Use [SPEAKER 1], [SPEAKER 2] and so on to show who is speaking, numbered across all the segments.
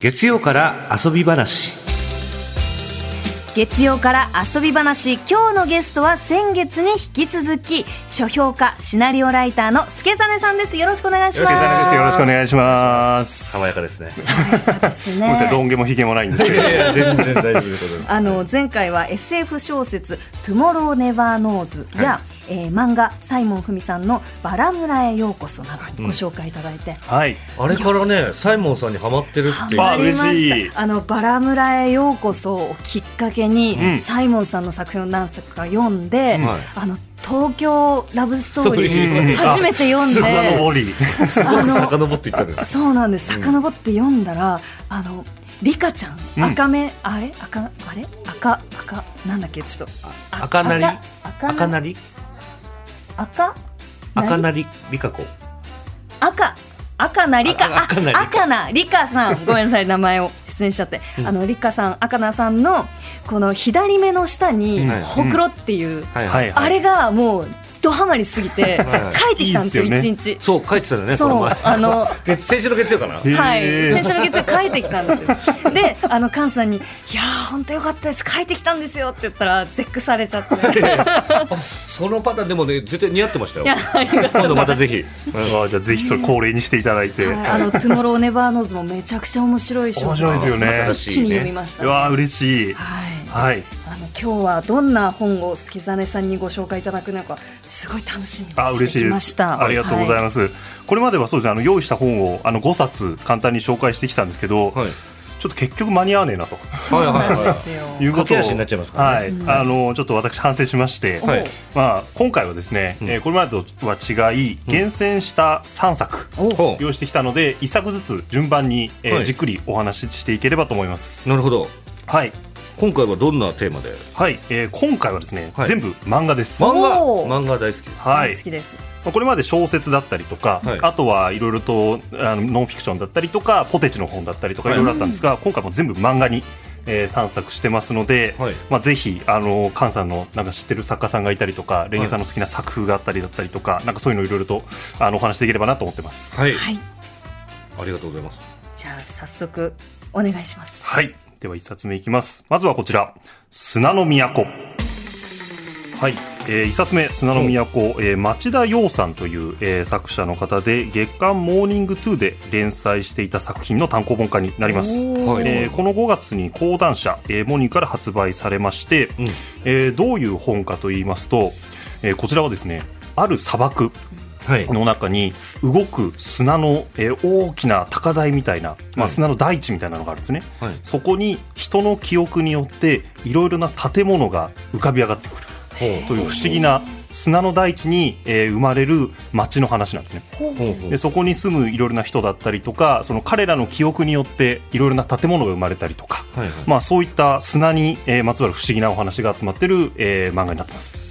[SPEAKER 1] 月曜から遊び話
[SPEAKER 2] 月曜から遊び話今日のゲストは先月に引き続き書評家シナリオライターの助真さんですよろしくお願いします
[SPEAKER 3] よろしくお願いします
[SPEAKER 1] 爽やかですね
[SPEAKER 2] す
[SPEAKER 3] ごめんなさいロン毛もヒゲもないんですけ ど
[SPEAKER 1] 全然大丈夫でございま
[SPEAKER 2] あの前回は SF 小説「トゥモロー・ネバー・ノーズや」えー漫画「サイモン・フミさんのバラ村へようこそ」などご紹介いただいて、
[SPEAKER 3] はい
[SPEAKER 1] あれからねサイモンさんにハマってるっていう
[SPEAKER 3] あ
[SPEAKER 2] ハマりま
[SPEAKER 3] 嬉し
[SPEAKER 2] し
[SPEAKER 3] い
[SPEAKER 2] たあのバラ村へようこそをきっかけに、
[SPEAKER 3] うん
[SPEAKER 2] サイモンさんの作品を何作か読んで、
[SPEAKER 1] はい
[SPEAKER 2] あの東京ラブストーリ
[SPEAKER 3] うん
[SPEAKER 2] ー初めて読ん
[SPEAKER 3] す
[SPEAKER 2] で
[SPEAKER 3] ごい あのオリ
[SPEAKER 1] すごく遡っていったんです
[SPEAKER 2] そうなんです遡って読んだら、あのリカちゃん、
[SPEAKER 3] うん
[SPEAKER 2] 赤目あれ赤あれ赤赤なんだっけちょっとあ
[SPEAKER 1] 赤なり
[SPEAKER 2] 赤
[SPEAKER 1] 赤
[SPEAKER 2] な
[SPEAKER 1] なり
[SPEAKER 2] 赤
[SPEAKER 1] 赤なりリカ子
[SPEAKER 2] 赤赤なりか
[SPEAKER 1] あ
[SPEAKER 2] あ
[SPEAKER 1] 赤なりか
[SPEAKER 2] 赤なりかさ んごめんなさい名前を失念しちゃって、
[SPEAKER 1] うん
[SPEAKER 2] あのりかさん赤なさんのこの左目の下に
[SPEAKER 1] はい
[SPEAKER 2] ほくろっていう、
[SPEAKER 1] はい
[SPEAKER 3] はい
[SPEAKER 2] あれがもうドハマりすぎて
[SPEAKER 1] はい
[SPEAKER 2] 書いてきたんですよ
[SPEAKER 3] いい
[SPEAKER 2] 一、
[SPEAKER 3] ですよ
[SPEAKER 2] 日
[SPEAKER 1] そう書いてたよねこの
[SPEAKER 2] そう
[SPEAKER 1] 前
[SPEAKER 2] あ の
[SPEAKER 1] 月先週の月曜かな
[SPEAKER 3] へー
[SPEAKER 2] はい、先週の月曜書いてきたんですよ。で、あの菅さんに、いやー、本当よかったです、書いてきたんですよって言ったら、絶句されちゃって。
[SPEAKER 1] そのパターンでもね絶対似合ってましたよ
[SPEAKER 2] いや、ありがとう
[SPEAKER 1] 今度またぜひ
[SPEAKER 3] あじゃあぜひそれ恒例にしていただいて、
[SPEAKER 2] はいあの、トゥモローネバーノーズもめちゃくちゃ面白い小
[SPEAKER 3] 面
[SPEAKER 2] 説
[SPEAKER 3] 白いですよね
[SPEAKER 1] 新
[SPEAKER 2] 一
[SPEAKER 1] し
[SPEAKER 2] 気
[SPEAKER 1] い
[SPEAKER 2] に読み
[SPEAKER 1] ね
[SPEAKER 2] ました、
[SPEAKER 3] うわー嬉しい
[SPEAKER 2] はい。
[SPEAKER 3] はい
[SPEAKER 2] あの、今日はどんな本を助真さんにご紹介いただくのか、すごい楽しみに
[SPEAKER 3] あ嬉
[SPEAKER 2] し
[SPEAKER 3] してい
[SPEAKER 2] き
[SPEAKER 3] で
[SPEAKER 2] ますした。
[SPEAKER 3] ありがとうござい
[SPEAKER 2] は
[SPEAKER 3] ます、これまではそうですねあの用意した本をあの5冊簡単に紹介してきたんですけど、
[SPEAKER 1] はい
[SPEAKER 3] ちょっと結局間に合わねえなと
[SPEAKER 1] はいはい
[SPEAKER 2] そうなん
[SPEAKER 1] は
[SPEAKER 2] ですよ。
[SPEAKER 3] いうことを
[SPEAKER 1] 駆け足になっちゃいますからね
[SPEAKER 3] はいあのちょっと私反省しまして、
[SPEAKER 2] お
[SPEAKER 1] はい
[SPEAKER 3] まあ、今回はですね、
[SPEAKER 1] うん
[SPEAKER 3] えーこれまでとは違い厳選した3作、
[SPEAKER 1] いほ
[SPEAKER 3] 用意してきたので一作ずつ順番に、えー
[SPEAKER 1] はい
[SPEAKER 3] じっくりお話ししていければと思います
[SPEAKER 1] うなるほど
[SPEAKER 3] はい、
[SPEAKER 1] 今回はどんなテーマで
[SPEAKER 3] はいえー今回はですね、
[SPEAKER 1] はい
[SPEAKER 3] 全部漫画です、
[SPEAKER 1] 漫画
[SPEAKER 2] おー
[SPEAKER 1] 漫画大好きです
[SPEAKER 3] は
[SPEAKER 2] 大
[SPEAKER 3] い
[SPEAKER 2] 好、きです。
[SPEAKER 3] まあこれまで小説だったりとか、
[SPEAKER 1] はい
[SPEAKER 3] あとはいろいろとあのノンフィクションだったりとかポテチの本だったりとか
[SPEAKER 1] はい
[SPEAKER 3] いろいろあったんですが、今回も全部漫画に、えー散策してますので、
[SPEAKER 1] はい
[SPEAKER 3] まあ、ぜひあの菅さんのなんか知ってる作家さんがいたりとかレンゲさんの好きな作風があったりだったりとか、なんかそういうのをいろいろとあのお話しできればなと思ってます。
[SPEAKER 1] はい
[SPEAKER 2] はい。
[SPEAKER 1] ありがとうございます
[SPEAKER 2] じゃあ、早速、お願いします。
[SPEAKER 3] はい。では一冊目いきます。まずはこちら。砂の都。はい。えー、一冊目、砂の都、えー町田洋さんという、えー作者の方で、月刊モーニング2で連載していた作品の単行本化になります。
[SPEAKER 1] はい
[SPEAKER 3] えーこの5月に講談社、えーモーニングから発売されまして、
[SPEAKER 1] うん
[SPEAKER 3] えーどういう本かと言いますと、えーこちらはですね、ある砂漠
[SPEAKER 1] はい
[SPEAKER 3] の中に動く砂の、えー大きな高台みたいな、
[SPEAKER 1] は
[SPEAKER 3] まあ、
[SPEAKER 1] い
[SPEAKER 3] 砂の大地みたいなのがあるんですね、
[SPEAKER 1] はい
[SPEAKER 3] そこに人の記憶によっていろいろな建物が浮かび上がってくるという不思議な砂の大地に、えー生まれる町の話なんですね
[SPEAKER 1] ほうほう
[SPEAKER 3] でそこに住むいろいろな人だったりとかその彼らの記憶によっていろいろな建物が生まれたりとか、
[SPEAKER 1] はいはい
[SPEAKER 3] まあ、そういった砂に、えーまつわる不思議なお話が集まってる、えー漫画になってます、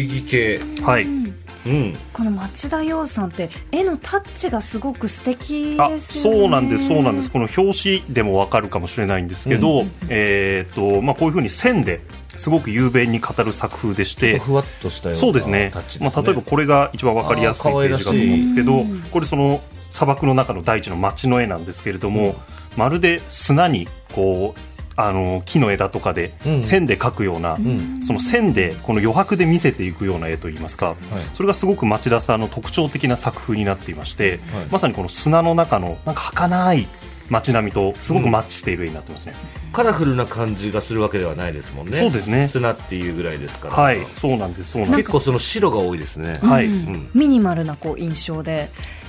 [SPEAKER 1] 不思議系
[SPEAKER 3] はい
[SPEAKER 2] うん
[SPEAKER 1] うん
[SPEAKER 2] この町田洋さんって絵のタッチがすごく素敵
[SPEAKER 3] あ
[SPEAKER 2] ですよね
[SPEAKER 3] そうなんです、そうなんです、この表紙でもわかるかもしれないんですけど、えーっとまあ、こういうふうに線ですごく雄弁に語る作風でして、
[SPEAKER 1] ふわっとしたような
[SPEAKER 3] そうですね
[SPEAKER 1] タッチ
[SPEAKER 3] まあ、例えばこれが一番わかりやすいペ
[SPEAKER 1] あー可愛
[SPEAKER 3] ー
[SPEAKER 1] らし
[SPEAKER 3] ジ
[SPEAKER 1] い
[SPEAKER 3] だと思うんですけど
[SPEAKER 2] うん、
[SPEAKER 3] これ、その砂漠の中の大地の街の絵なんですけれども、
[SPEAKER 1] うん
[SPEAKER 3] まるで砂にこうあの木の枝とかで
[SPEAKER 1] うん
[SPEAKER 3] 線で描くような、
[SPEAKER 1] うん
[SPEAKER 3] その線でこの余白で見せていくような絵といいますか。
[SPEAKER 1] はい
[SPEAKER 3] それがすごく町田さんの特徴的な作風になっていまして、
[SPEAKER 1] はい
[SPEAKER 3] まさにこの砂の中のなんか儚い街並みとすごくマッチしている絵になってますね、
[SPEAKER 1] カラフルな感じがするわけではないですもんね
[SPEAKER 3] そうですね
[SPEAKER 1] 砂っていうぐらいですから
[SPEAKER 3] はいそうなんですそうなんで
[SPEAKER 1] 結
[SPEAKER 3] す
[SPEAKER 1] 構その白が多いですね
[SPEAKER 2] うん
[SPEAKER 3] はい
[SPEAKER 1] うん
[SPEAKER 2] ミニマルなこう印象で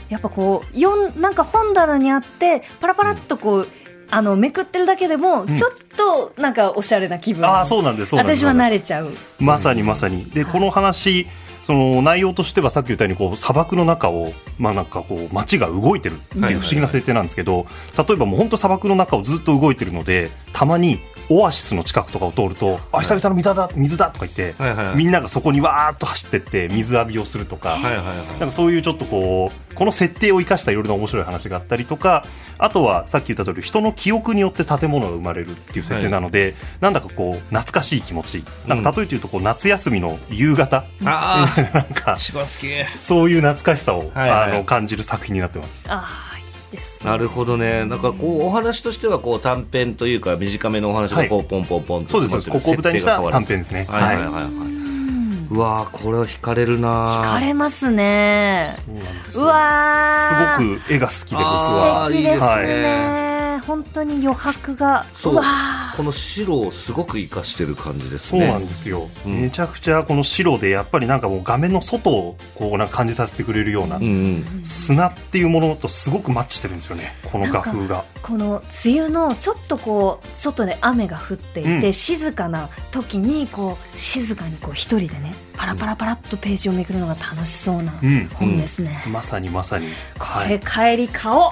[SPEAKER 2] やっぱこうよんなんか本棚にあってパラパラっとこう、あのめくってるだけでも、
[SPEAKER 3] ん
[SPEAKER 2] ちょっとなんかおしゃれな気分
[SPEAKER 3] ああそうなんですそうなんで
[SPEAKER 2] 私
[SPEAKER 3] す
[SPEAKER 2] は慣れちゃう
[SPEAKER 3] まさにまさにでこの話その内容としてはさっき言ったようにこう砂漠の中を、まあ、なんかこう街が動いてるっていう不思議な設定なんですけど、例えばもう本当砂漠の中をずっと動いてるのでたまにオアシスの近くとかを通ると、あ久々の水だ水だとか言って、
[SPEAKER 1] はいはいはい
[SPEAKER 3] みんながそこにわーっと走ってって水浴びをするとか、
[SPEAKER 1] はいはい
[SPEAKER 3] なん
[SPEAKER 1] は
[SPEAKER 3] かそういうちょっとこうこの設定を生かしたいろいろな面白い話があったりとかあとはさっき言った通り人の記憶によって建物が生まれるっていう設定なので、なんだかこう懐かしい気持ちなんか例えて言うとこう夏休みの夕方、
[SPEAKER 1] い あ
[SPEAKER 3] なんか
[SPEAKER 1] あ一番好き
[SPEAKER 3] そういう懐かしさを、
[SPEAKER 1] はいはい
[SPEAKER 3] あの感じる作品になってます。
[SPEAKER 2] ああです。
[SPEAKER 1] なるほどね。なんかこう、お話としてはこう短編というか短めのお話がこう、
[SPEAKER 3] は
[SPEAKER 1] ポンポンポンと
[SPEAKER 3] そうですそうですここを舞台にした短編ですね
[SPEAKER 1] はいはいはいはい。うわーこれは惹かれるな
[SPEAKER 2] 疲れますね。うわ
[SPEAKER 3] す
[SPEAKER 2] ー。
[SPEAKER 3] ごく絵が好きで僕
[SPEAKER 1] あ
[SPEAKER 3] は
[SPEAKER 1] ー
[SPEAKER 2] 素敵ですね、
[SPEAKER 1] いいで
[SPEAKER 2] 本当に余白が
[SPEAKER 1] そう
[SPEAKER 2] わ
[SPEAKER 1] この白をすごく活かしてる感じです
[SPEAKER 3] そう
[SPEAKER 1] ね。
[SPEAKER 3] なんですよ、
[SPEAKER 1] うん
[SPEAKER 3] めちゃくちゃこの白でやっぱりなんかもう画面の外をこうなんか感じさせてくれるような、
[SPEAKER 1] うんうん。
[SPEAKER 3] 砂っていうものとすごくマッチしてるんですよねこの画風が
[SPEAKER 2] ーこの梅雨のちょっとこう外で雨が降っていて、
[SPEAKER 3] うん
[SPEAKER 2] 静かな時にこう静かにこう一人でねパラパラパラっとページをめくるのが楽しそうな
[SPEAKER 3] うん
[SPEAKER 2] 本ですね、
[SPEAKER 3] まさにまさに
[SPEAKER 2] これ帰り買おう、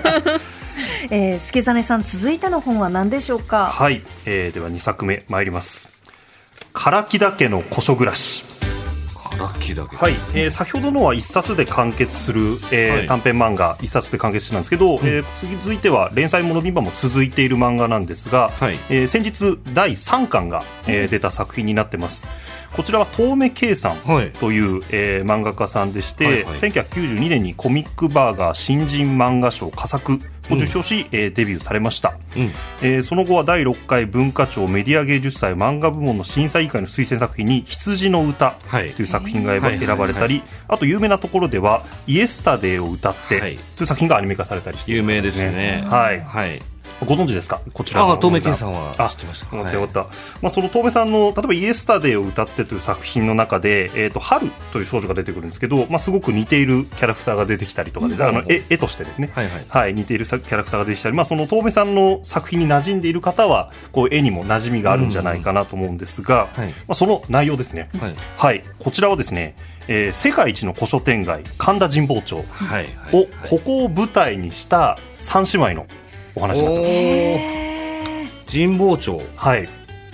[SPEAKER 2] えー、助真さん続いての本は何でしょうか
[SPEAKER 3] はい、えーでは2作目参ります「唐木岳の古書暮らし」
[SPEAKER 1] からきだけど。
[SPEAKER 3] はいえー先ほどのは1冊で完結する、えー
[SPEAKER 1] はい
[SPEAKER 3] 短編漫画1冊で完結してたんですけど、えー続いては連載もの今も続いている漫画なんですが、
[SPEAKER 1] はい
[SPEAKER 3] えー先日第3巻が、えー出た作品になってますこちらは遠目圭さん
[SPEAKER 1] はい
[SPEAKER 3] という、えー漫画家さんでして、
[SPEAKER 1] はいはい
[SPEAKER 3] 1992年にコミックバーガー新人漫画賞佳作を受賞し、えーデビューされました、
[SPEAKER 1] うん。
[SPEAKER 3] えーその後は第6回文化庁メディア芸術祭漫画部門の審査委員会の推薦作品に「羊の歌」と
[SPEAKER 1] はい
[SPEAKER 3] いう作品が選ば
[SPEAKER 1] はい
[SPEAKER 3] 選ばれたりあと有名なところでは「イエスタデーを歌って」
[SPEAKER 1] はい
[SPEAKER 3] という作品がアニメ化されたりして
[SPEAKER 1] 有名ですね。
[SPEAKER 3] はい
[SPEAKER 1] はい。
[SPEAKER 3] ご存知ですかこちらの
[SPEAKER 1] ああ、透明さんは
[SPEAKER 3] あ
[SPEAKER 1] 知ってました。
[SPEAKER 3] 思っ
[SPEAKER 1] は
[SPEAKER 3] た
[SPEAKER 1] い
[SPEAKER 3] よかった、まあ、その遠目さんの例えば「イエスタデーを歌って」という作品の中で、えー、と春という少女が出てくるんですけど、まあ、すごく似ているキャラクターが出てきたりとかです、
[SPEAKER 1] うん
[SPEAKER 3] あの絵絵としてですね、
[SPEAKER 1] はいはい
[SPEAKER 3] 似ているさキャラクターが出てきたり、まあ、その遠目さんの作品に馴染んでいる方はこう絵にも馴染みがあるんじゃないかなと思うんですが、
[SPEAKER 1] うんはい
[SPEAKER 3] まあ、その内容ですね、
[SPEAKER 1] はい。
[SPEAKER 3] はい、こちらはですね、えー世界一の古書店街神田神保町を、
[SPEAKER 1] はいはい。
[SPEAKER 3] ここを舞台にした三姉妹のお話になってます。
[SPEAKER 1] お
[SPEAKER 2] へ
[SPEAKER 1] ー神保町。
[SPEAKER 3] はい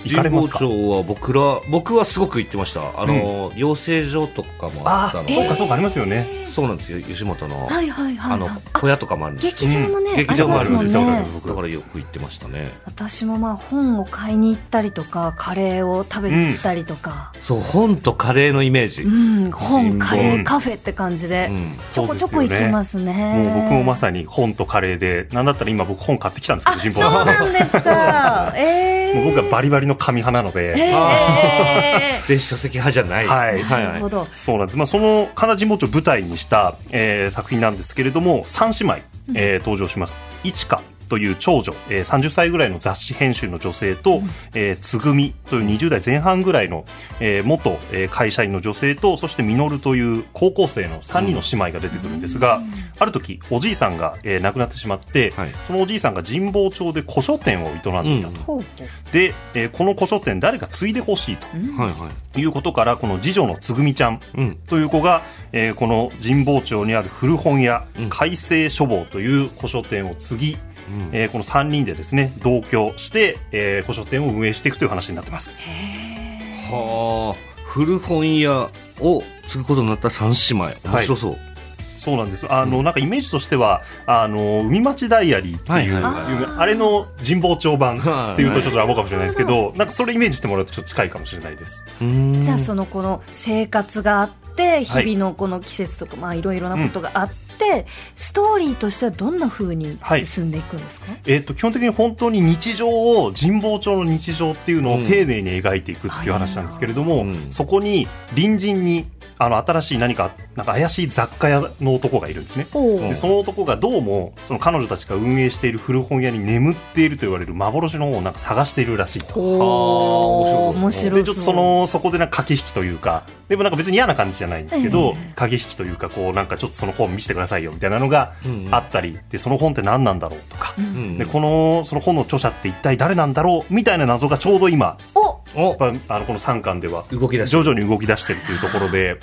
[SPEAKER 3] 行か
[SPEAKER 1] 神
[SPEAKER 3] れま
[SPEAKER 1] 保
[SPEAKER 3] すか
[SPEAKER 1] 町は僕ら僕はすごく行ってましたあの、養成所とかもあったので
[SPEAKER 3] そうかそうかありますよね。
[SPEAKER 1] そうなんですよ吉本の,、
[SPEAKER 2] ーはいはいはい
[SPEAKER 1] あの
[SPEAKER 2] はい
[SPEAKER 1] 小屋とかもあるんです
[SPEAKER 2] 劇場もね、
[SPEAKER 1] うん劇場もある
[SPEAKER 2] りますもん
[SPEAKER 3] 劇場もある
[SPEAKER 2] ね
[SPEAKER 3] 劇場もある
[SPEAKER 1] だからよく行ってましたね
[SPEAKER 2] 私もまあ本を買いに行ったりとかカレーを食べに行ったりとか、
[SPEAKER 1] そう本とカレーのイメージ、
[SPEAKER 2] う
[SPEAKER 1] うん
[SPEAKER 2] ん、本カレ
[SPEAKER 3] う
[SPEAKER 2] ー
[SPEAKER 3] ん
[SPEAKER 2] カフェって感じで、ちょこちょ
[SPEAKER 3] そ
[SPEAKER 2] こ
[SPEAKER 3] う
[SPEAKER 2] 行
[SPEAKER 3] です
[SPEAKER 2] き
[SPEAKER 3] よね
[SPEAKER 2] ますね
[SPEAKER 3] もう僕もまさに本とカレーで、なんだったら今僕本買ってきたんですけど、人
[SPEAKER 2] そうなんですかえー、
[SPEAKER 3] もう僕はバリバリの紙派なので、
[SPEAKER 2] え
[SPEAKER 1] 電子書籍派じゃない、
[SPEAKER 3] はい
[SPEAKER 2] ー、なるほど
[SPEAKER 3] そうなんです。まあその神田神保町を舞台にした、えー作品なんですけれども、三姉妹、えー登場します。一花という長女、えー、30歳ぐらいの雑誌編集の女性と、えーつぐみという20代前半ぐらいの、えー元、えー会社員の女性と、そしてみのるという高校生の3人の姉妹が出てくるんですが、ある時、おじいさんが、えー亡くなってしまって、
[SPEAKER 1] はい
[SPEAKER 3] そのおじいさんが神保町で古書店を営んでいたと。
[SPEAKER 1] うん
[SPEAKER 2] ほうほ
[SPEAKER 3] で、えーこの古書店誰か継いでほしいと
[SPEAKER 1] はいは
[SPEAKER 3] いうことから、この次女のつぐみちゃん
[SPEAKER 1] いうん
[SPEAKER 3] という子が、えーこの神保町にある古本屋、
[SPEAKER 1] うん
[SPEAKER 3] 改正書房という古書店を継ぎ、
[SPEAKER 1] うん
[SPEAKER 3] えーこの3人でですね、同居して、えー古書店を運営していくという話になってます。
[SPEAKER 1] はあ古本屋を継ぐことになった三姉妹面白そう、
[SPEAKER 3] そうなんです。あの、なんかイメージとしては、あの、海町ダイアリーっていう、
[SPEAKER 1] はいはい
[SPEAKER 3] あれの神保町版
[SPEAKER 1] はい
[SPEAKER 3] っていうとちょっとラボかもしれないですけど、なんかそれイメージしてもらうとちょっと近いかもしれないです。
[SPEAKER 1] うーん
[SPEAKER 2] うじゃあそのこの生活があって日々のこの季節とかまあいろいろなことがあって、ストーリーとしてはどんな風に進んでいくんですか、
[SPEAKER 3] えっ、と、基本的に本当に日常を、神保町の日常っていうのを
[SPEAKER 1] うん
[SPEAKER 3] 丁寧に描いていくっていう話なんですけれども、
[SPEAKER 1] うん
[SPEAKER 3] そこに隣人に、あの、新しい何か、なんか怪しい雑貨屋の男がいるんですね。
[SPEAKER 2] ほう
[SPEAKER 1] うん
[SPEAKER 3] でその男がどうもその彼女たちが運営している古本屋に眠っていると言われる幻の本をなんか探しているらしいと
[SPEAKER 1] はあ面白
[SPEAKER 2] 面白
[SPEAKER 3] で
[SPEAKER 2] い
[SPEAKER 3] ちょっとそのそこでなんか駆け引きというかでもなんか別に嫌な感じじゃないんですけど、
[SPEAKER 2] え
[SPEAKER 3] 駆け引きというかこうなんかちょっとその本見せてくださいよみたいなのが
[SPEAKER 1] うんうん
[SPEAKER 3] あったり、でその本って何なんだろうとか、
[SPEAKER 1] うん
[SPEAKER 3] でこのその本の著者って一体誰なんだろうみたいな謎がちょうど今
[SPEAKER 2] お
[SPEAKER 1] お
[SPEAKER 3] やっぱあのこの3巻では
[SPEAKER 1] 動き出し
[SPEAKER 3] 徐々に動き出してるというところで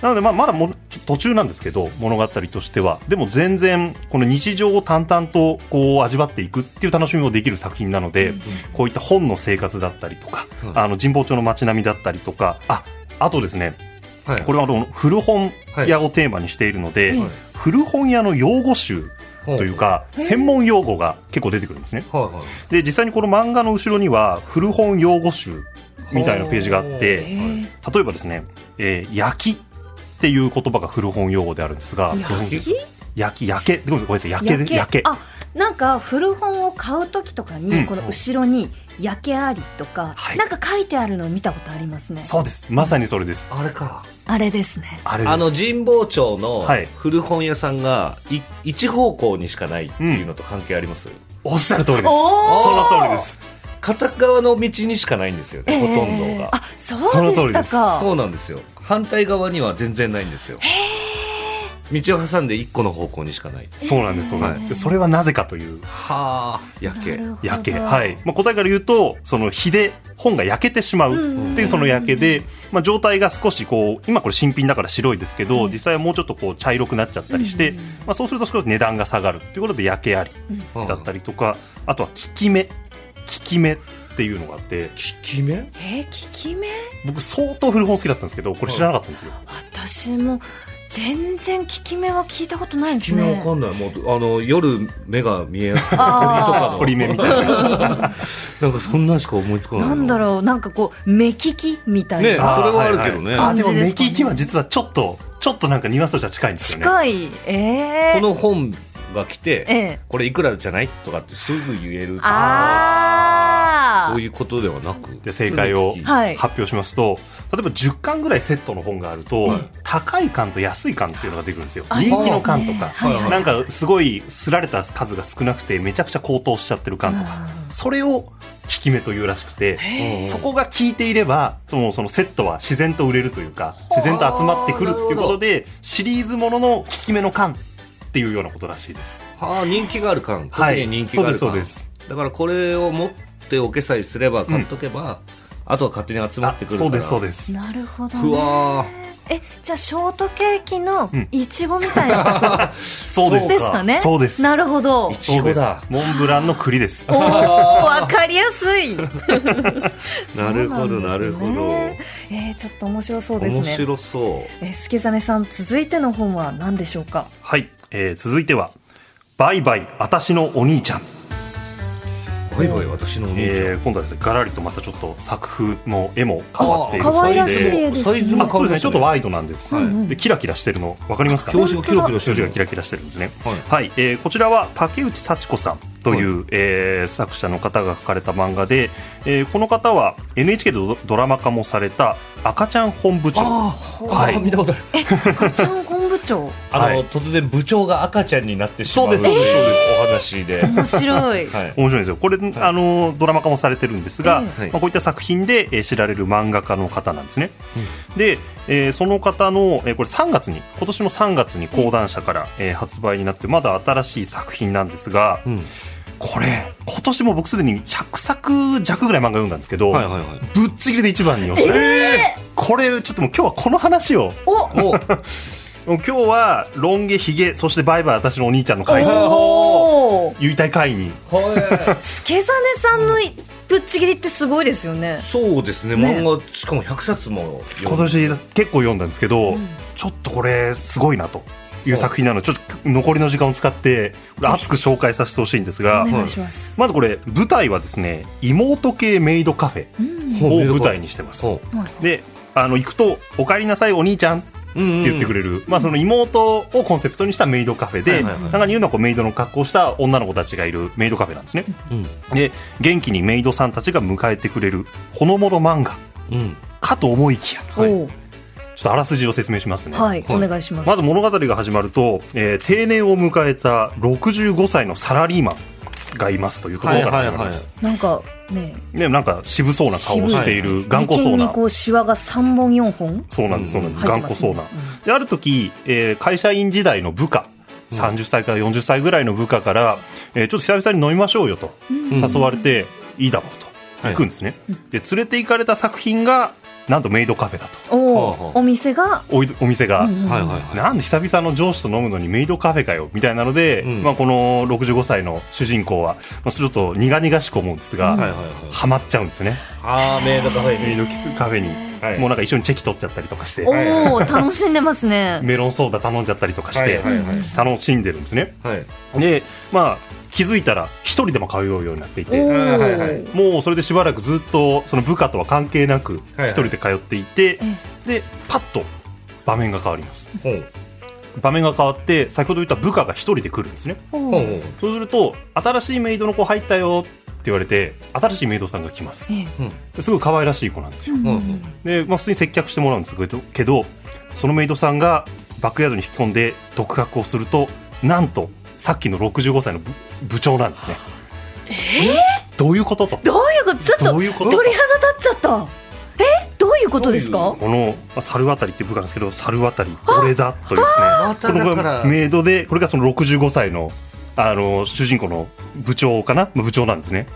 [SPEAKER 3] なのでまあまだもうちょ途中なんですけど物語としてはでも全然この日常を淡々とこう味わっていくっていう楽しみもできる作品なので、こういった本の生活だったりとか、
[SPEAKER 1] うん
[SPEAKER 3] あの神保町の街並みだったりとかああとですね
[SPEAKER 1] た、はい、
[SPEAKER 3] これはあの古本屋をテーマにしているので、
[SPEAKER 2] はい
[SPEAKER 1] はい
[SPEAKER 3] 古本屋の用語集というか専門用語が結構出てくるんですね。
[SPEAKER 1] はいはい
[SPEAKER 3] で実際にこの漫画の後ろには古本用語集みたいなページがあって、
[SPEAKER 1] ほうはい
[SPEAKER 3] 例えばですね、えー焼きっていう言葉が古本用語であるんですが、
[SPEAKER 2] 焼き
[SPEAKER 3] 焼き焼けごめんなさい焼けで焼け
[SPEAKER 2] あなんか古本を買う時とかに、
[SPEAKER 3] うん
[SPEAKER 2] この後ろに「焼けあり」とか、
[SPEAKER 3] はい
[SPEAKER 2] なんか書いてあるのを見たことありますね
[SPEAKER 3] そうですまさにそれです
[SPEAKER 1] あれか。
[SPEAKER 2] あれですね
[SPEAKER 3] あれです
[SPEAKER 1] あの、神保町の
[SPEAKER 3] はい
[SPEAKER 1] 古本屋さんが、い一方向にしかないっていうのと関係あります、
[SPEAKER 3] おっしゃる通りです
[SPEAKER 2] おー
[SPEAKER 3] その通りです
[SPEAKER 1] 片側の道にしかないんですよね、ほとんど
[SPEAKER 2] えー
[SPEAKER 1] が。
[SPEAKER 2] あそうでしたか
[SPEAKER 1] そうなんですよ反対側には全然ないんですよ道を挟んで一個の方向にしかない
[SPEAKER 3] そうなんですそうなんです、でそれはなぜかという
[SPEAKER 1] はあ夜景
[SPEAKER 2] なるほど
[SPEAKER 3] 焼け、はいまあ、答えから言うとその火で本が焼けてしまう
[SPEAKER 2] うん
[SPEAKER 3] っていうその焼けで、まあ、状態が少しこう今これ新品だから白いですけど、
[SPEAKER 2] うん
[SPEAKER 3] 実際はもうちょっとこう茶色くなっちゃったりして、
[SPEAKER 2] うん
[SPEAKER 3] まあ、そうすると少し値段が下がるっていうことで焼けありだった
[SPEAKER 1] り
[SPEAKER 3] りとか、あとは効き目効き目っていうのがあって
[SPEAKER 1] 効き目
[SPEAKER 2] えー、効き目
[SPEAKER 3] 僕相当古本好きだったんですけどこれ知らなかったんですよ、
[SPEAKER 2] 私も全然効き目は聞いたことないん
[SPEAKER 1] 効
[SPEAKER 2] で
[SPEAKER 1] き
[SPEAKER 2] す
[SPEAKER 1] 目
[SPEAKER 2] ね
[SPEAKER 1] わかんないもうあの夜目が見えやすくて鳥と
[SPEAKER 2] あ
[SPEAKER 1] か
[SPEAKER 2] ー
[SPEAKER 1] の
[SPEAKER 3] 鳥目みたいな
[SPEAKER 1] なんかそんなんしか思いつかない
[SPEAKER 2] なんだろうなんかこう目利きみたいな、
[SPEAKER 1] ねそれ はあるけどね
[SPEAKER 3] あーでも
[SPEAKER 2] 感じですかね
[SPEAKER 3] 目利きは実はちょっとちょっとなんかニュアンスとしては近いんですよね
[SPEAKER 2] 近いえ
[SPEAKER 1] こ
[SPEAKER 2] ー、
[SPEAKER 1] の本が来て、
[SPEAKER 2] ええ
[SPEAKER 1] これいくらじゃないとかってすぐ言える
[SPEAKER 2] ああ
[SPEAKER 1] そういうことではなく
[SPEAKER 3] で正解を
[SPEAKER 1] うん
[SPEAKER 2] はい
[SPEAKER 3] 発表しますと、例えば10巻ぐらいセットの本があると、高い巻と安い巻っていうのが出てくるんですよ
[SPEAKER 2] あ
[SPEAKER 3] 人気の巻とか、
[SPEAKER 1] はいはい
[SPEAKER 3] なんかすごいすられた数が少なくてめちゃくちゃ高騰しちゃってる巻とか、それを効き目というらしくて、
[SPEAKER 1] うん
[SPEAKER 3] そこが効いていればそのそのセットは自然と売れるというか自然と集まってくるっていうことでシリーズものの効き目の巻っていうようなことらしいです。
[SPEAKER 1] はあ人気がある感特
[SPEAKER 3] はい
[SPEAKER 1] に人気がある感、
[SPEAKER 3] そうですそう
[SPEAKER 1] だからこれを持っておけさえすれば買っとけば、あとは勝手に集まってくるか
[SPEAKER 3] そ
[SPEAKER 1] ら
[SPEAKER 3] うですそうです
[SPEAKER 2] なるほど、
[SPEAKER 1] う
[SPEAKER 2] ね、
[SPEAKER 1] わ
[SPEAKER 2] えじゃあショートケーキの
[SPEAKER 3] うん
[SPEAKER 2] いちごみたいな
[SPEAKER 3] そう
[SPEAKER 2] こ
[SPEAKER 3] で
[SPEAKER 2] と
[SPEAKER 3] す
[SPEAKER 2] ですかね
[SPEAKER 3] そうです
[SPEAKER 2] なるほど
[SPEAKER 1] いちごだ
[SPEAKER 3] そうですモンブランの栗です
[SPEAKER 2] おおわかりやすい
[SPEAKER 1] ーなるほどなるほど、
[SPEAKER 2] えー、ちょっと面白そうですね
[SPEAKER 1] 面白そ
[SPEAKER 2] えー、助真さん続いての本は何でしょうか
[SPEAKER 3] はい、えー続いては「バイバイ私のお兄ちゃん」
[SPEAKER 1] うはいはい私のお兄ちゃん、
[SPEAKER 3] えー今度はですねガラリとまたちょっと作風も絵も変わっている
[SPEAKER 2] あ可愛らしい
[SPEAKER 3] それで
[SPEAKER 2] 絵ですね
[SPEAKER 1] サイズも
[SPEAKER 3] まあそう
[SPEAKER 1] 変わ
[SPEAKER 3] ですねちょっと
[SPEAKER 1] ワ
[SPEAKER 3] ワイドなんです、
[SPEAKER 1] はい
[SPEAKER 3] でキラキラしてるの分かりますか
[SPEAKER 1] 表紙がキラキラして
[SPEAKER 3] 表
[SPEAKER 1] る
[SPEAKER 3] 紙がキラキラしてるんですね
[SPEAKER 1] はい
[SPEAKER 3] はい、えーこちらは竹内幸子さんという、えー作者の方が書かれた漫画で、えーこの方は NHK でドドラマ化もされた「赤ちゃん本部長」
[SPEAKER 1] あーあ
[SPEAKER 3] はい
[SPEAKER 1] ー見たことある
[SPEAKER 2] 赤ちゃん本部長
[SPEAKER 1] あの、
[SPEAKER 3] はい
[SPEAKER 1] 突然部長が赤ちゃんになってしまう
[SPEAKER 3] そうですそうです
[SPEAKER 1] お話で、
[SPEAKER 2] 面白 い
[SPEAKER 1] はい、
[SPEAKER 3] 面白いですよこれ、あのドラマ化もされてるんですが、
[SPEAKER 1] ええ
[SPEAKER 3] まあ、こういった作品で、えー知られる漫画家の方なんですね、で、えーその方の、えーこれ3月に今年の3月に講談社から、えー発売になってまだ新しい作品なんですが、
[SPEAKER 1] うん、
[SPEAKER 3] これ今年も僕すでに100作弱ぐらい漫画読んだんですけど、
[SPEAKER 1] はいはいはい
[SPEAKER 3] ぶっちぎりで一番に押して、これちょっともう今日はこの話を
[SPEAKER 2] お
[SPEAKER 1] お
[SPEAKER 3] もう今日は「ロン毛ひげそしてバイバイ私のお兄ちゃん」の会
[SPEAKER 2] おお
[SPEAKER 3] 言いたい会に
[SPEAKER 1] は
[SPEAKER 2] 助真さんのいぶっちぎりってすごいですよね
[SPEAKER 1] いそうですね
[SPEAKER 2] ね
[SPEAKER 1] 漫画しかも100冊も
[SPEAKER 3] 今
[SPEAKER 1] 読んで
[SPEAKER 3] 年結構読んだんですけど、
[SPEAKER 2] ん
[SPEAKER 3] ちょっとこれすごいなという作品なのでちょっと残りの時間を使って熱く紹介させてほしいんです
[SPEAKER 2] お
[SPEAKER 3] が
[SPEAKER 2] 願いします、
[SPEAKER 3] まずこれ舞台はですね妹系メイドカフェ
[SPEAKER 2] うん
[SPEAKER 1] ほう
[SPEAKER 3] を舞台にしてます
[SPEAKER 1] そう
[SPEAKER 3] であの行くと「おかえりなさいお兄ちゃん」って
[SPEAKER 1] って
[SPEAKER 3] 言ってく
[SPEAKER 1] る
[SPEAKER 3] れる、まあ、その妹をコンセプトにしたメイドカフェ
[SPEAKER 1] は
[SPEAKER 3] で
[SPEAKER 1] いはいはい
[SPEAKER 3] 中にいるのはこうメイドの格好をした女の子たちがいるメイドカフェなんですね
[SPEAKER 1] うん
[SPEAKER 3] で元気にメイドさんたちが迎えてくれるほのぼの漫画
[SPEAKER 1] うん
[SPEAKER 3] かと思いきや
[SPEAKER 1] はい
[SPEAKER 2] おー
[SPEAKER 3] ちょっとあらすじを説明しますね、
[SPEAKER 2] はい、
[SPEAKER 1] はい
[SPEAKER 2] お願いします
[SPEAKER 3] まず物語が始まると、えー定年を迎えた65歳のサラリーマンがいますというところから始まります、
[SPEAKER 2] なんかね
[SPEAKER 3] ね、なんか渋そうな顔をしている頑固そう
[SPEAKER 2] 眉間
[SPEAKER 3] な、
[SPEAKER 2] にこうシワが三本四本
[SPEAKER 3] そうなんですそうなんです、
[SPEAKER 2] 入って
[SPEAKER 3] 頑
[SPEAKER 2] ま
[SPEAKER 3] 固
[SPEAKER 2] す
[SPEAKER 3] そうな、である時、えー会社員時代の部下30歳から40歳ぐらいの部下から、えーちょっと久々に飲みましょうよと誘われて、いいだろうと行くんですね、で連れて行かれた作品がなんとメイドカフェだと
[SPEAKER 2] お
[SPEAKER 1] はあはあ
[SPEAKER 2] おお店が
[SPEAKER 3] おいお店が、
[SPEAKER 2] うんうん
[SPEAKER 1] はいはいはい
[SPEAKER 3] なんで久々の上司と飲むのにメイドカフェかよみたいなので、
[SPEAKER 1] うん
[SPEAKER 3] まあ、この65歳の主人公は、まあ、ちょっと苦々しく思うんですが、
[SPEAKER 1] はいはいはい
[SPEAKER 3] ハマっちゃうんですね、
[SPEAKER 1] あーメイドカフェ
[SPEAKER 3] メイ
[SPEAKER 1] に
[SPEAKER 3] ドキスカフェに、
[SPEAKER 1] はい
[SPEAKER 3] もうなんか一緒にチェキ取っちゃったりとかして、
[SPEAKER 2] おお楽しんでます ね
[SPEAKER 3] メロンソーダ頼んじゃったりとかして、
[SPEAKER 1] はいはいはい
[SPEAKER 3] 楽しんでるんですね
[SPEAKER 1] はい
[SPEAKER 3] で、まあ、気づいたら一人でも通うようになってい
[SPEAKER 2] おお
[SPEAKER 3] て
[SPEAKER 1] はいはいはい
[SPEAKER 3] もうそれでしばらくずっとその部下とは関係なく
[SPEAKER 1] はいはい
[SPEAKER 3] 一人で通っていて、
[SPEAKER 2] え
[SPEAKER 3] でパッと場面が変わります
[SPEAKER 1] ほう
[SPEAKER 3] 場面が変わって先ほど言った部下が一人で来るんですね
[SPEAKER 1] ほう
[SPEAKER 2] おう
[SPEAKER 3] そうすると新しいメイドの子入ったよって言われて新しいメイドさんが来ます
[SPEAKER 2] え
[SPEAKER 1] うん
[SPEAKER 3] すごい可愛らしい子なんですよ
[SPEAKER 2] え
[SPEAKER 1] ほう
[SPEAKER 3] で、まあ、普通に接客してもらうんですけどけどそのメイドさんがバックヤードに引き込んで独学をするとなんとさっきの65歳の部部長なんですねえどういうことと
[SPEAKER 2] どういうことちょっと
[SPEAKER 3] どういうこと
[SPEAKER 2] 鳥肌立っちゃったえどういうことです
[SPEAKER 1] ど
[SPEAKER 2] か
[SPEAKER 3] このまあ猿渡っていう部下なんですけど猿渡これだというですね
[SPEAKER 1] また
[SPEAKER 3] こ
[SPEAKER 1] だ
[SPEAKER 3] の
[SPEAKER 1] か
[SPEAKER 3] が
[SPEAKER 1] ら
[SPEAKER 3] メイドでこれがその65歳のあの主人公の部長かなまあ部長なんですね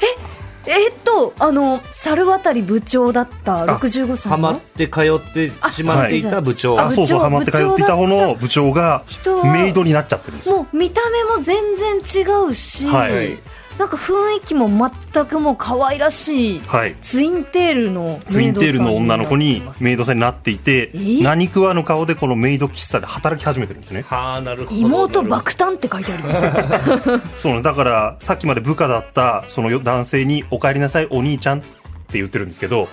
[SPEAKER 2] えっとあの猿渡部長だった65歳
[SPEAKER 1] ハマ
[SPEAKER 2] の
[SPEAKER 1] って通ってしまっていた部長
[SPEAKER 2] あ
[SPEAKER 3] あそうそう
[SPEAKER 2] 部長
[SPEAKER 3] ハマって通っていた方の部長が
[SPEAKER 2] 人は
[SPEAKER 3] メイドになっちゃってるんですよ
[SPEAKER 2] もう見た目も全然違うし、
[SPEAKER 3] はい
[SPEAKER 2] なんか雰囲気も全くもう可愛らしい
[SPEAKER 3] はい
[SPEAKER 2] ツインテールの
[SPEAKER 3] ツインテールの女の子にメイ
[SPEAKER 2] ド
[SPEAKER 3] ドさんになっていて
[SPEAKER 2] え
[SPEAKER 3] 何食わぬ顔でこのメイド喫茶で働き始めてるんですね
[SPEAKER 1] はあなるほど
[SPEAKER 2] 妹爆誕って書いてありますよ
[SPEAKER 3] そうなんですだからさっきまで部下だったその男性に「お帰りなさいお兄ちゃん」って言ってるんですけど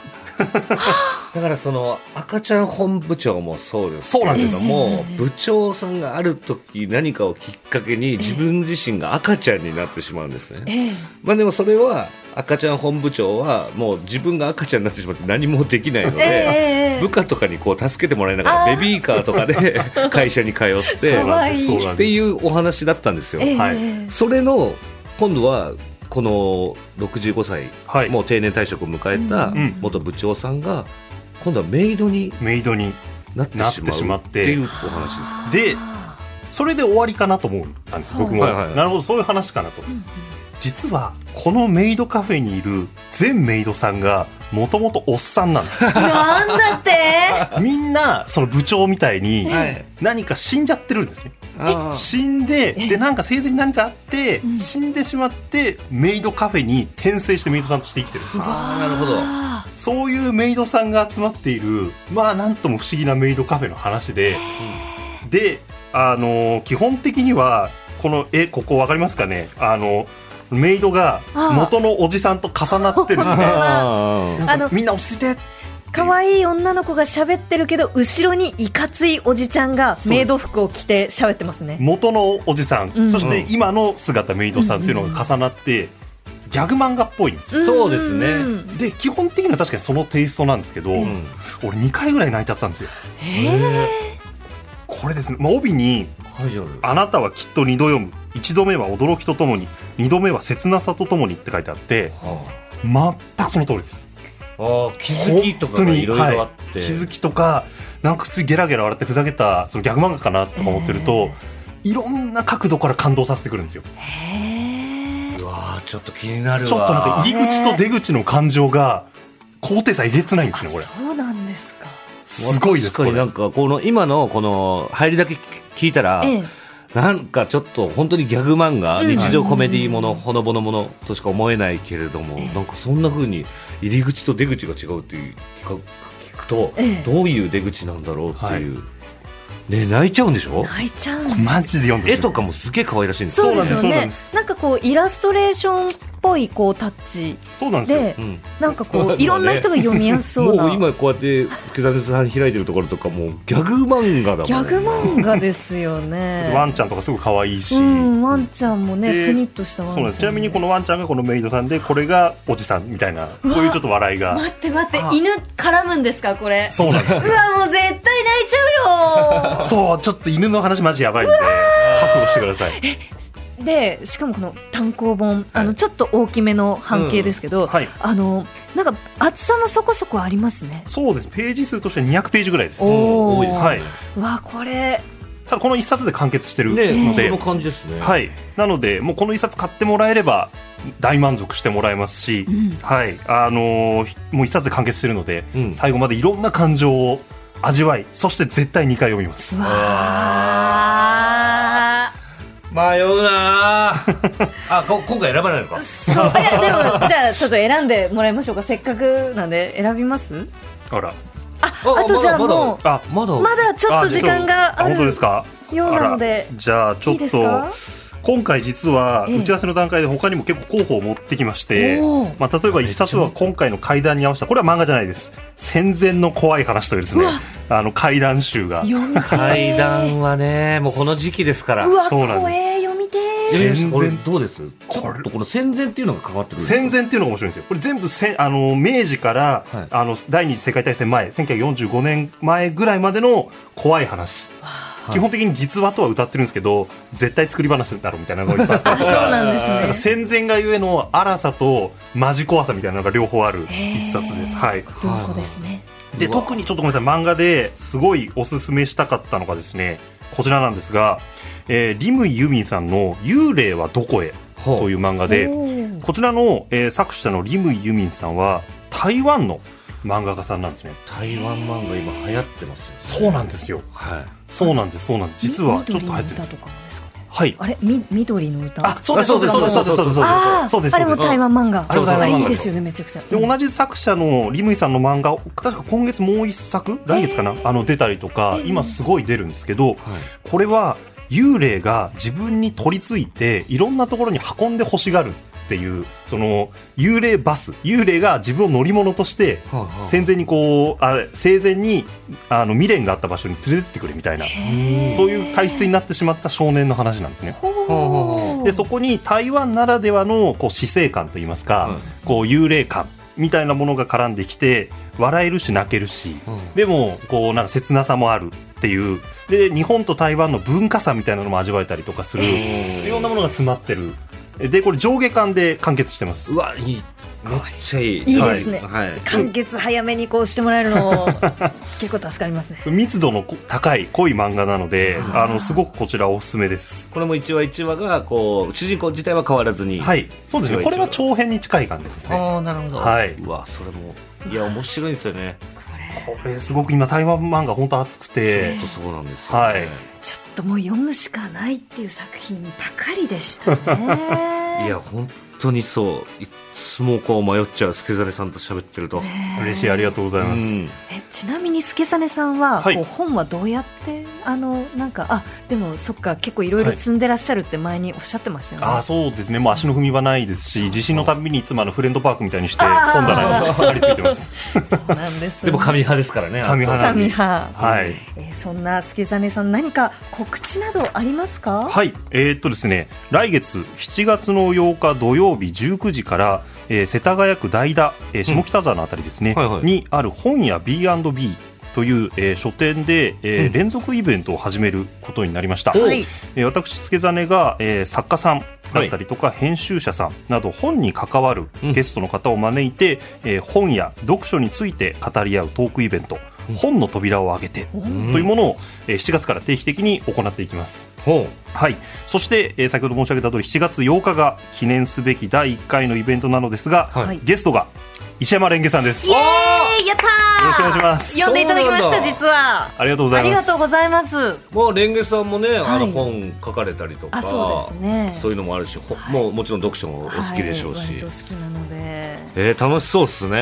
[SPEAKER 1] だからその赤ちゃん本部長もそうです
[SPEAKER 3] そうなんです
[SPEAKER 1] けれども部長さんがある時何かをきっかけに自分自身が赤ちゃんになってしまうんですね、
[SPEAKER 2] ええ
[SPEAKER 1] まあ、でもそれは赤ちゃん本部長はもう自分が赤ちゃんになってしまって何もできないの
[SPEAKER 2] え
[SPEAKER 1] で、
[SPEAKER 2] ええ
[SPEAKER 1] 部下とかにこう助けてもらいながらベビーカーとかで会社に通って
[SPEAKER 2] かわいい
[SPEAKER 3] そうな
[SPEAKER 1] っ
[SPEAKER 3] ん
[SPEAKER 1] て
[SPEAKER 3] です
[SPEAKER 1] いうお話だったんですよ、
[SPEAKER 2] えええ
[SPEAKER 3] はい
[SPEAKER 2] え
[SPEAKER 1] それの今度はこの65歳、
[SPEAKER 3] はい
[SPEAKER 1] もう定年退職を迎えた
[SPEAKER 3] うん
[SPEAKER 1] 元部長さんが今度はメイドに
[SPEAKER 3] メイドに
[SPEAKER 1] なって
[SPEAKER 3] なっ
[SPEAKER 1] しま
[SPEAKER 3] て
[SPEAKER 1] う
[SPEAKER 3] しまって
[SPEAKER 1] っていうお話ですか。
[SPEAKER 3] でそれで終わりかなと思ったんです僕も、
[SPEAKER 1] はいはいはい
[SPEAKER 3] なるほどそういう話かなと、
[SPEAKER 2] ん
[SPEAKER 3] 実はこのメイドカフェにいる全メイドさんがもともとおっさんなん です
[SPEAKER 2] なんだって
[SPEAKER 3] みんなその部長みたいに
[SPEAKER 1] はい
[SPEAKER 3] 何か死んじゃってるんですね
[SPEAKER 1] あー
[SPEAKER 3] 死んででなんか生前に何かあって
[SPEAKER 2] ん
[SPEAKER 3] 死んでしまってメイドカフェに転生してメイドさんとして生きてる
[SPEAKER 1] あーなるほど
[SPEAKER 2] あ
[SPEAKER 3] そういうメイドさんが集まっているまあなんとも不思議なメイドカフェの話でであの基本的にはこの絵ここ分かりますかねあのメイドが元のおじさんと重なってで すね
[SPEAKER 1] あー
[SPEAKER 2] あの
[SPEAKER 3] みんな落ち着いて
[SPEAKER 2] 可愛い女の子が喋ってるけど後ろにいかついおじちゃんがメイド服を着て喋ってますね
[SPEAKER 3] 元のおじさん、
[SPEAKER 2] うん
[SPEAKER 3] そして今の姿メイドさんっていうのが重なって、ギャグ漫画っぽいんですよ、
[SPEAKER 1] んそうですね
[SPEAKER 2] んん
[SPEAKER 3] で基本的には確かにそのテイストなんですけど、
[SPEAKER 1] うん
[SPEAKER 3] 俺2回ぐらい泣いちゃったんですよこれですね、まあ、帯に
[SPEAKER 1] 書いてある
[SPEAKER 3] 「あなたはきっと2度読む」「1度目は驚きとともに2度目は切なさとともに」って書いてあって
[SPEAKER 1] は
[SPEAKER 3] 全くその通りです
[SPEAKER 1] ああー気づきとかがいろいろあって
[SPEAKER 3] 気づきとかなんか普通にゲラゲラ笑ってふざけたそのギャグ漫画かなとか思ってると、いろんな角度から感動させてくるんですよ
[SPEAKER 2] へえ
[SPEAKER 1] うわーちょっと気になるわ
[SPEAKER 3] ちょっとなんか入り口と出口の感情が高低差えげつないんで
[SPEAKER 2] あ
[SPEAKER 3] すね、これ。
[SPEAKER 2] そうなんですか
[SPEAKER 3] すごいです、こ
[SPEAKER 1] 確かになん
[SPEAKER 3] れ。
[SPEAKER 1] かこの今のこの入りだけ聞いたら、
[SPEAKER 2] ええ
[SPEAKER 1] なんかちょっと本当にギャグ漫画、
[SPEAKER 2] うん
[SPEAKER 1] 日常コメディもの、ほのぼのものとしか思えないけれども、なんかそんな風に入り口と出口が違うっていう聞く聞くと、
[SPEAKER 2] ええ
[SPEAKER 1] どういう出口なんだろうっていう、ね泣いちゃうんでしょ
[SPEAKER 2] 泣いちゃうの
[SPEAKER 3] マジで読んで
[SPEAKER 1] 絵
[SPEAKER 3] ほしい
[SPEAKER 1] とかもすげえ可愛らしいんですよ
[SPEAKER 2] そうですよ
[SPEAKER 3] そうなん
[SPEAKER 2] ね
[SPEAKER 3] です
[SPEAKER 2] なんかこうイラストレーションっぽいこうタッチ
[SPEAKER 3] そうなんですよ。
[SPEAKER 2] で
[SPEAKER 1] うん
[SPEAKER 2] なんか
[SPEAKER 1] まあ
[SPEAKER 2] こ
[SPEAKER 1] ね
[SPEAKER 2] ういろんな人が読みやすそう
[SPEAKER 1] も
[SPEAKER 2] な
[SPEAKER 1] う今こうやって助田さん開いてるところとかもうギャグ漫画だもん
[SPEAKER 2] ギャグ漫画ですよね
[SPEAKER 3] ワンちゃんとかすごい可愛いし。
[SPEAKER 2] うんワンちゃんもね
[SPEAKER 3] で
[SPEAKER 2] くにっとしたワン
[SPEAKER 3] そう
[SPEAKER 2] ちゃん
[SPEAKER 3] なんで
[SPEAKER 2] も
[SPEAKER 3] す。ちなみにこのワンちゃんがこのメイドさんで、これがおじさんみたいな、こういうちょっと笑いが。
[SPEAKER 2] 待って待って
[SPEAKER 1] あ
[SPEAKER 2] 犬絡むんですかこれ
[SPEAKER 3] そうなんです
[SPEAKER 2] う
[SPEAKER 3] よ。
[SPEAKER 2] わもう絶対泣いちゃうよ
[SPEAKER 3] そう、ちょっと犬の話マジやばいんで、覚悟してください。
[SPEAKER 2] でしかもこの単行本あのちょっと大きめの半径ですけど、
[SPEAKER 3] はい。
[SPEAKER 2] あのなんか厚さもそこそこありますね
[SPEAKER 3] そうです。ページ数として200ページぐらいです。
[SPEAKER 2] おー
[SPEAKER 1] 多いですね
[SPEAKER 3] はい。
[SPEAKER 2] うわこれ
[SPEAKER 3] ただこの一冊で完結してるの
[SPEAKER 1] ねえ、そ
[SPEAKER 3] で
[SPEAKER 1] の、感じですね、
[SPEAKER 3] はい、なので、もうこの一冊買ってもらえれば大満足してもらえますし、
[SPEAKER 2] ん
[SPEAKER 3] はいあのーひもう一冊で完結してるので、
[SPEAKER 1] うん
[SPEAKER 3] 最後までいろんな感情を味わい、そして絶対2回読みます。
[SPEAKER 2] うわー
[SPEAKER 1] 迷うなああこ今回選ばないのか
[SPEAKER 2] そういやでもじゃあちょっと選んでもらいましょうかせっかくなんで選びます
[SPEAKER 3] あら、
[SPEAKER 1] あ
[SPEAKER 2] あとじゃあ
[SPEAKER 1] まだ
[SPEAKER 2] も
[SPEAKER 3] あ
[SPEAKER 1] まだ
[SPEAKER 2] うまだちょっと時間があ
[SPEAKER 3] 本
[SPEAKER 2] る
[SPEAKER 3] 当ですか
[SPEAKER 2] ようなので
[SPEAKER 3] あらじゃあちょっ
[SPEAKER 2] いいです
[SPEAKER 3] と
[SPEAKER 2] か
[SPEAKER 3] 今回実は
[SPEAKER 2] ええ
[SPEAKER 3] 打ち合わせの段階で他にも結構候補を持ってきまして、
[SPEAKER 2] おー
[SPEAKER 3] まあ、例えば一冊は今回の会談に合わせたこれは漫画じゃないです戦前の怖い話というですねあの怪談集が
[SPEAKER 2] 読みてー
[SPEAKER 1] 階段はねもうこの時期ですから
[SPEAKER 2] うわ
[SPEAKER 3] そうなんです
[SPEAKER 2] 怖え読みてー
[SPEAKER 1] えー
[SPEAKER 3] 戦前
[SPEAKER 1] これどうです
[SPEAKER 3] これ
[SPEAKER 1] ちょっとこの戦前っていうのが関わってくる
[SPEAKER 3] 戦前っていうのが面白いんですよこれ全部せんあの明治から、
[SPEAKER 1] はい
[SPEAKER 3] あの第二次世界大戦前1945年前ぐらいまでの怖い話、
[SPEAKER 1] い
[SPEAKER 3] 基本的に実話とは歌ってるんですけど絶対作り話だろうみたいなのがいっぱいあ
[SPEAKER 2] あ
[SPEAKER 3] っ
[SPEAKER 2] そ
[SPEAKER 3] て
[SPEAKER 2] うなん
[SPEAKER 3] なん
[SPEAKER 2] で
[SPEAKER 3] か
[SPEAKER 2] すね
[SPEAKER 3] 戦前がゆえの荒さとマジ怖さみたいなのが両方ある
[SPEAKER 2] へー
[SPEAKER 3] 一冊です、はい、
[SPEAKER 2] 文庫ですね
[SPEAKER 3] で
[SPEAKER 1] うわ
[SPEAKER 3] 特にちょっとごめんなさい漫画ですごいおすすめしたかったのがですねこちらなんですが、えーリムイ・ユミンさんの「幽霊はどこへ」
[SPEAKER 1] ほう
[SPEAKER 3] という漫画で、
[SPEAKER 2] おー
[SPEAKER 3] こちらの、えー作者のリム・ユミンさんは台湾の漫画家さんなんですね。
[SPEAKER 1] 台湾漫画今流行ってますよね
[SPEAKER 3] そうなんですよ。
[SPEAKER 1] はい
[SPEAKER 3] そうなんです、そうなんです。実はちょっと入ってる
[SPEAKER 2] 緑の歌
[SPEAKER 3] んです。
[SPEAKER 2] とかですかね
[SPEAKER 3] はい。
[SPEAKER 2] あれみ緑の歌
[SPEAKER 3] あ、そうです、そうです、そうです、そうです、そうです。
[SPEAKER 2] あ
[SPEAKER 3] そうです
[SPEAKER 2] ーあれも台。湾漫画
[SPEAKER 3] あれも台湾漫画
[SPEAKER 2] いいですよねめちゃくちゃ
[SPEAKER 3] そうですで同じ作者のリムイさんの漫画を確か今月もう一作来月かな、あの出たりとか、
[SPEAKER 2] えー
[SPEAKER 3] 今すごい出るんですけど、
[SPEAKER 1] はい
[SPEAKER 3] これは幽霊が自分に取り付いていろんなところに運んで欲しがるっていうその幽霊バス幽霊が自分を乗り物として
[SPEAKER 1] はあはあ
[SPEAKER 3] 戦前にこうあ生前にあの未練があった場所に連れてってくれみたいなそういう体質になってしまった少年の話なんですね。
[SPEAKER 1] ほ
[SPEAKER 3] でそ
[SPEAKER 2] こ
[SPEAKER 3] こに台湾ならではのこう死生観といいますか、
[SPEAKER 1] うん
[SPEAKER 3] こう幽霊観みたいなものが絡んできて笑えるし泣けるし、
[SPEAKER 1] うん
[SPEAKER 3] でもこうなんか切なさもあるっていうで日本と台湾の文化差みたいなのも味わえたりとかする、いろんなものが詰まってるでこれ上下巻で完結してます
[SPEAKER 1] うわいいめっちゃいい
[SPEAKER 2] いいですね
[SPEAKER 1] はいはい
[SPEAKER 2] 完結早めにこうしてもらえる の結構助かりますね
[SPEAKER 3] 密度のこ高い濃い漫画なので
[SPEAKER 2] あー
[SPEAKER 3] あのすごくこちらおすすめです
[SPEAKER 1] これも一話一話がこう主人公自体は変わらずに
[SPEAKER 3] はいそうですねこれは長編に近い感じですね
[SPEAKER 1] ああなるほど
[SPEAKER 3] はいう
[SPEAKER 1] わそれもいや面白いんですよね
[SPEAKER 3] これすごく今台湾漫画本当熱く
[SPEAKER 1] ち
[SPEAKER 3] て
[SPEAKER 1] ょっとそうなんですよね
[SPEAKER 3] はい
[SPEAKER 2] ちょっともう読むしかないっていう作品ばかりでした ね
[SPEAKER 1] いや本当にそういつもこう迷っちゃう助真さんと喋ってると、
[SPEAKER 3] 嬉しいありがとうございます、
[SPEAKER 1] うん
[SPEAKER 2] えちなみに助実さんは、
[SPEAKER 3] はい
[SPEAKER 2] こう本はどうやってあのなんかあでもそっか結構いろいろ積んでらっしゃるって前におっしゃってましたよね、
[SPEAKER 3] あーそうですねもう足の踏み場ないですし地震のたびにいつもあのフレンドパークみたいにして本棚に貼り付いてます
[SPEAKER 2] そうなんです
[SPEAKER 1] でも紙派ですからね
[SPEAKER 3] 紙派なん
[SPEAKER 2] 神
[SPEAKER 3] です
[SPEAKER 2] 派、
[SPEAKER 3] はい
[SPEAKER 2] えーそんな助実さん何か告知などありますか
[SPEAKER 3] はい、えーっとですね、来月7月の8日土曜日19時から、えー世田谷区代田、えー下北沢のあたりですね、
[SPEAKER 1] はいはい
[SPEAKER 3] にある本屋 B&B という、えー書店で、えー
[SPEAKER 1] うん
[SPEAKER 3] 連続イベントを始めることになりました。
[SPEAKER 2] はい
[SPEAKER 3] えー私、助真が、えー作家さんだったりとか、編集者さんなど本に関わる
[SPEAKER 1] うん
[SPEAKER 3] ゲストの方を招いて、えー本や読書について語り合うトークイベント、
[SPEAKER 1] うん
[SPEAKER 3] 本の扉を開けて
[SPEAKER 2] お
[SPEAKER 1] ん
[SPEAKER 3] というものを、えー7月から定期的に行っていきます。
[SPEAKER 1] ほ
[SPEAKER 3] はい、そして、えー先ほど申し上げた通り7月8日が記念すべき第1回のイベントなのですが、
[SPEAKER 1] はい
[SPEAKER 3] ゲストが石山蓮華さんです
[SPEAKER 2] イエ
[SPEAKER 3] よ
[SPEAKER 2] ーイやったー
[SPEAKER 3] ろしくお願いします
[SPEAKER 2] 読んでいただきまし
[SPEAKER 1] そうな
[SPEAKER 2] た
[SPEAKER 1] んだ
[SPEAKER 2] 実は
[SPEAKER 3] ありがとうござ
[SPEAKER 2] あ
[SPEAKER 3] い
[SPEAKER 2] り
[SPEAKER 3] ま
[SPEAKER 2] が
[SPEAKER 3] す
[SPEAKER 2] とうございます
[SPEAKER 1] うまあレンゲさんもね、あ
[SPEAKER 2] は
[SPEAKER 1] の
[SPEAKER 2] い
[SPEAKER 1] 本書かれたりとか
[SPEAKER 2] あそうですね
[SPEAKER 1] そういうのもあるし、ほもうもちろん読書もお好きでしょう
[SPEAKER 2] はい
[SPEAKER 1] し、
[SPEAKER 2] 割と好きなのでね
[SPEAKER 1] えー楽しそうですね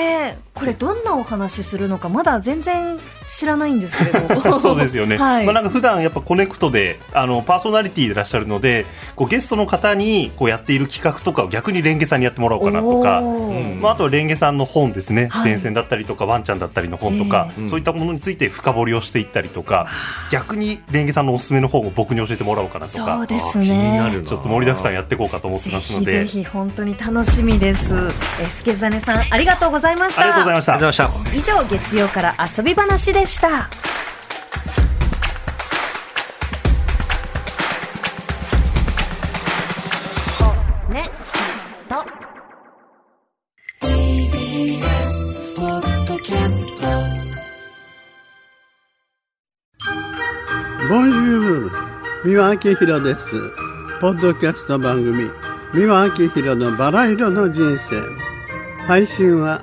[SPEAKER 2] えこれどんなお話しするのかまだ全然知らないんですけれど
[SPEAKER 3] そうですよね、
[SPEAKER 2] はい
[SPEAKER 3] まあ、なんか普段やっぱコネクトであのパーソナリティでいらっしゃるのでこうゲストの方にこうやっている企画とかを逆に蓮華さんにやってもらおうかなとか、
[SPEAKER 2] おー
[SPEAKER 1] うん
[SPEAKER 3] まあ、あとは蓮華さんの本ですね、
[SPEAKER 2] はい
[SPEAKER 3] 伝線だったりとかワンちゃんだったりの本とか、
[SPEAKER 1] ええ
[SPEAKER 3] そういったものについて深掘りをしていったりとか、逆に蓮華さんのおすすめの本を僕に教えてもらおうかなとか
[SPEAKER 2] そうです
[SPEAKER 1] あ気にな
[SPEAKER 2] ね
[SPEAKER 1] るな
[SPEAKER 3] ちょっと盛りだくさんやっていこうかと思って
[SPEAKER 2] ぜ
[SPEAKER 3] ますの
[SPEAKER 2] ひ
[SPEAKER 3] で。
[SPEAKER 2] ぜひ本当に楽しみですえ助真さんありがとうございまし
[SPEAKER 3] ありがとうござい
[SPEAKER 2] た
[SPEAKER 3] ました。
[SPEAKER 1] ありがとうございました
[SPEAKER 2] 以上月曜から遊び話でしたねと
[SPEAKER 4] ボンジュール三輪明宏ですポッドキャスト番組三輪明宏のバラ色の人生配信は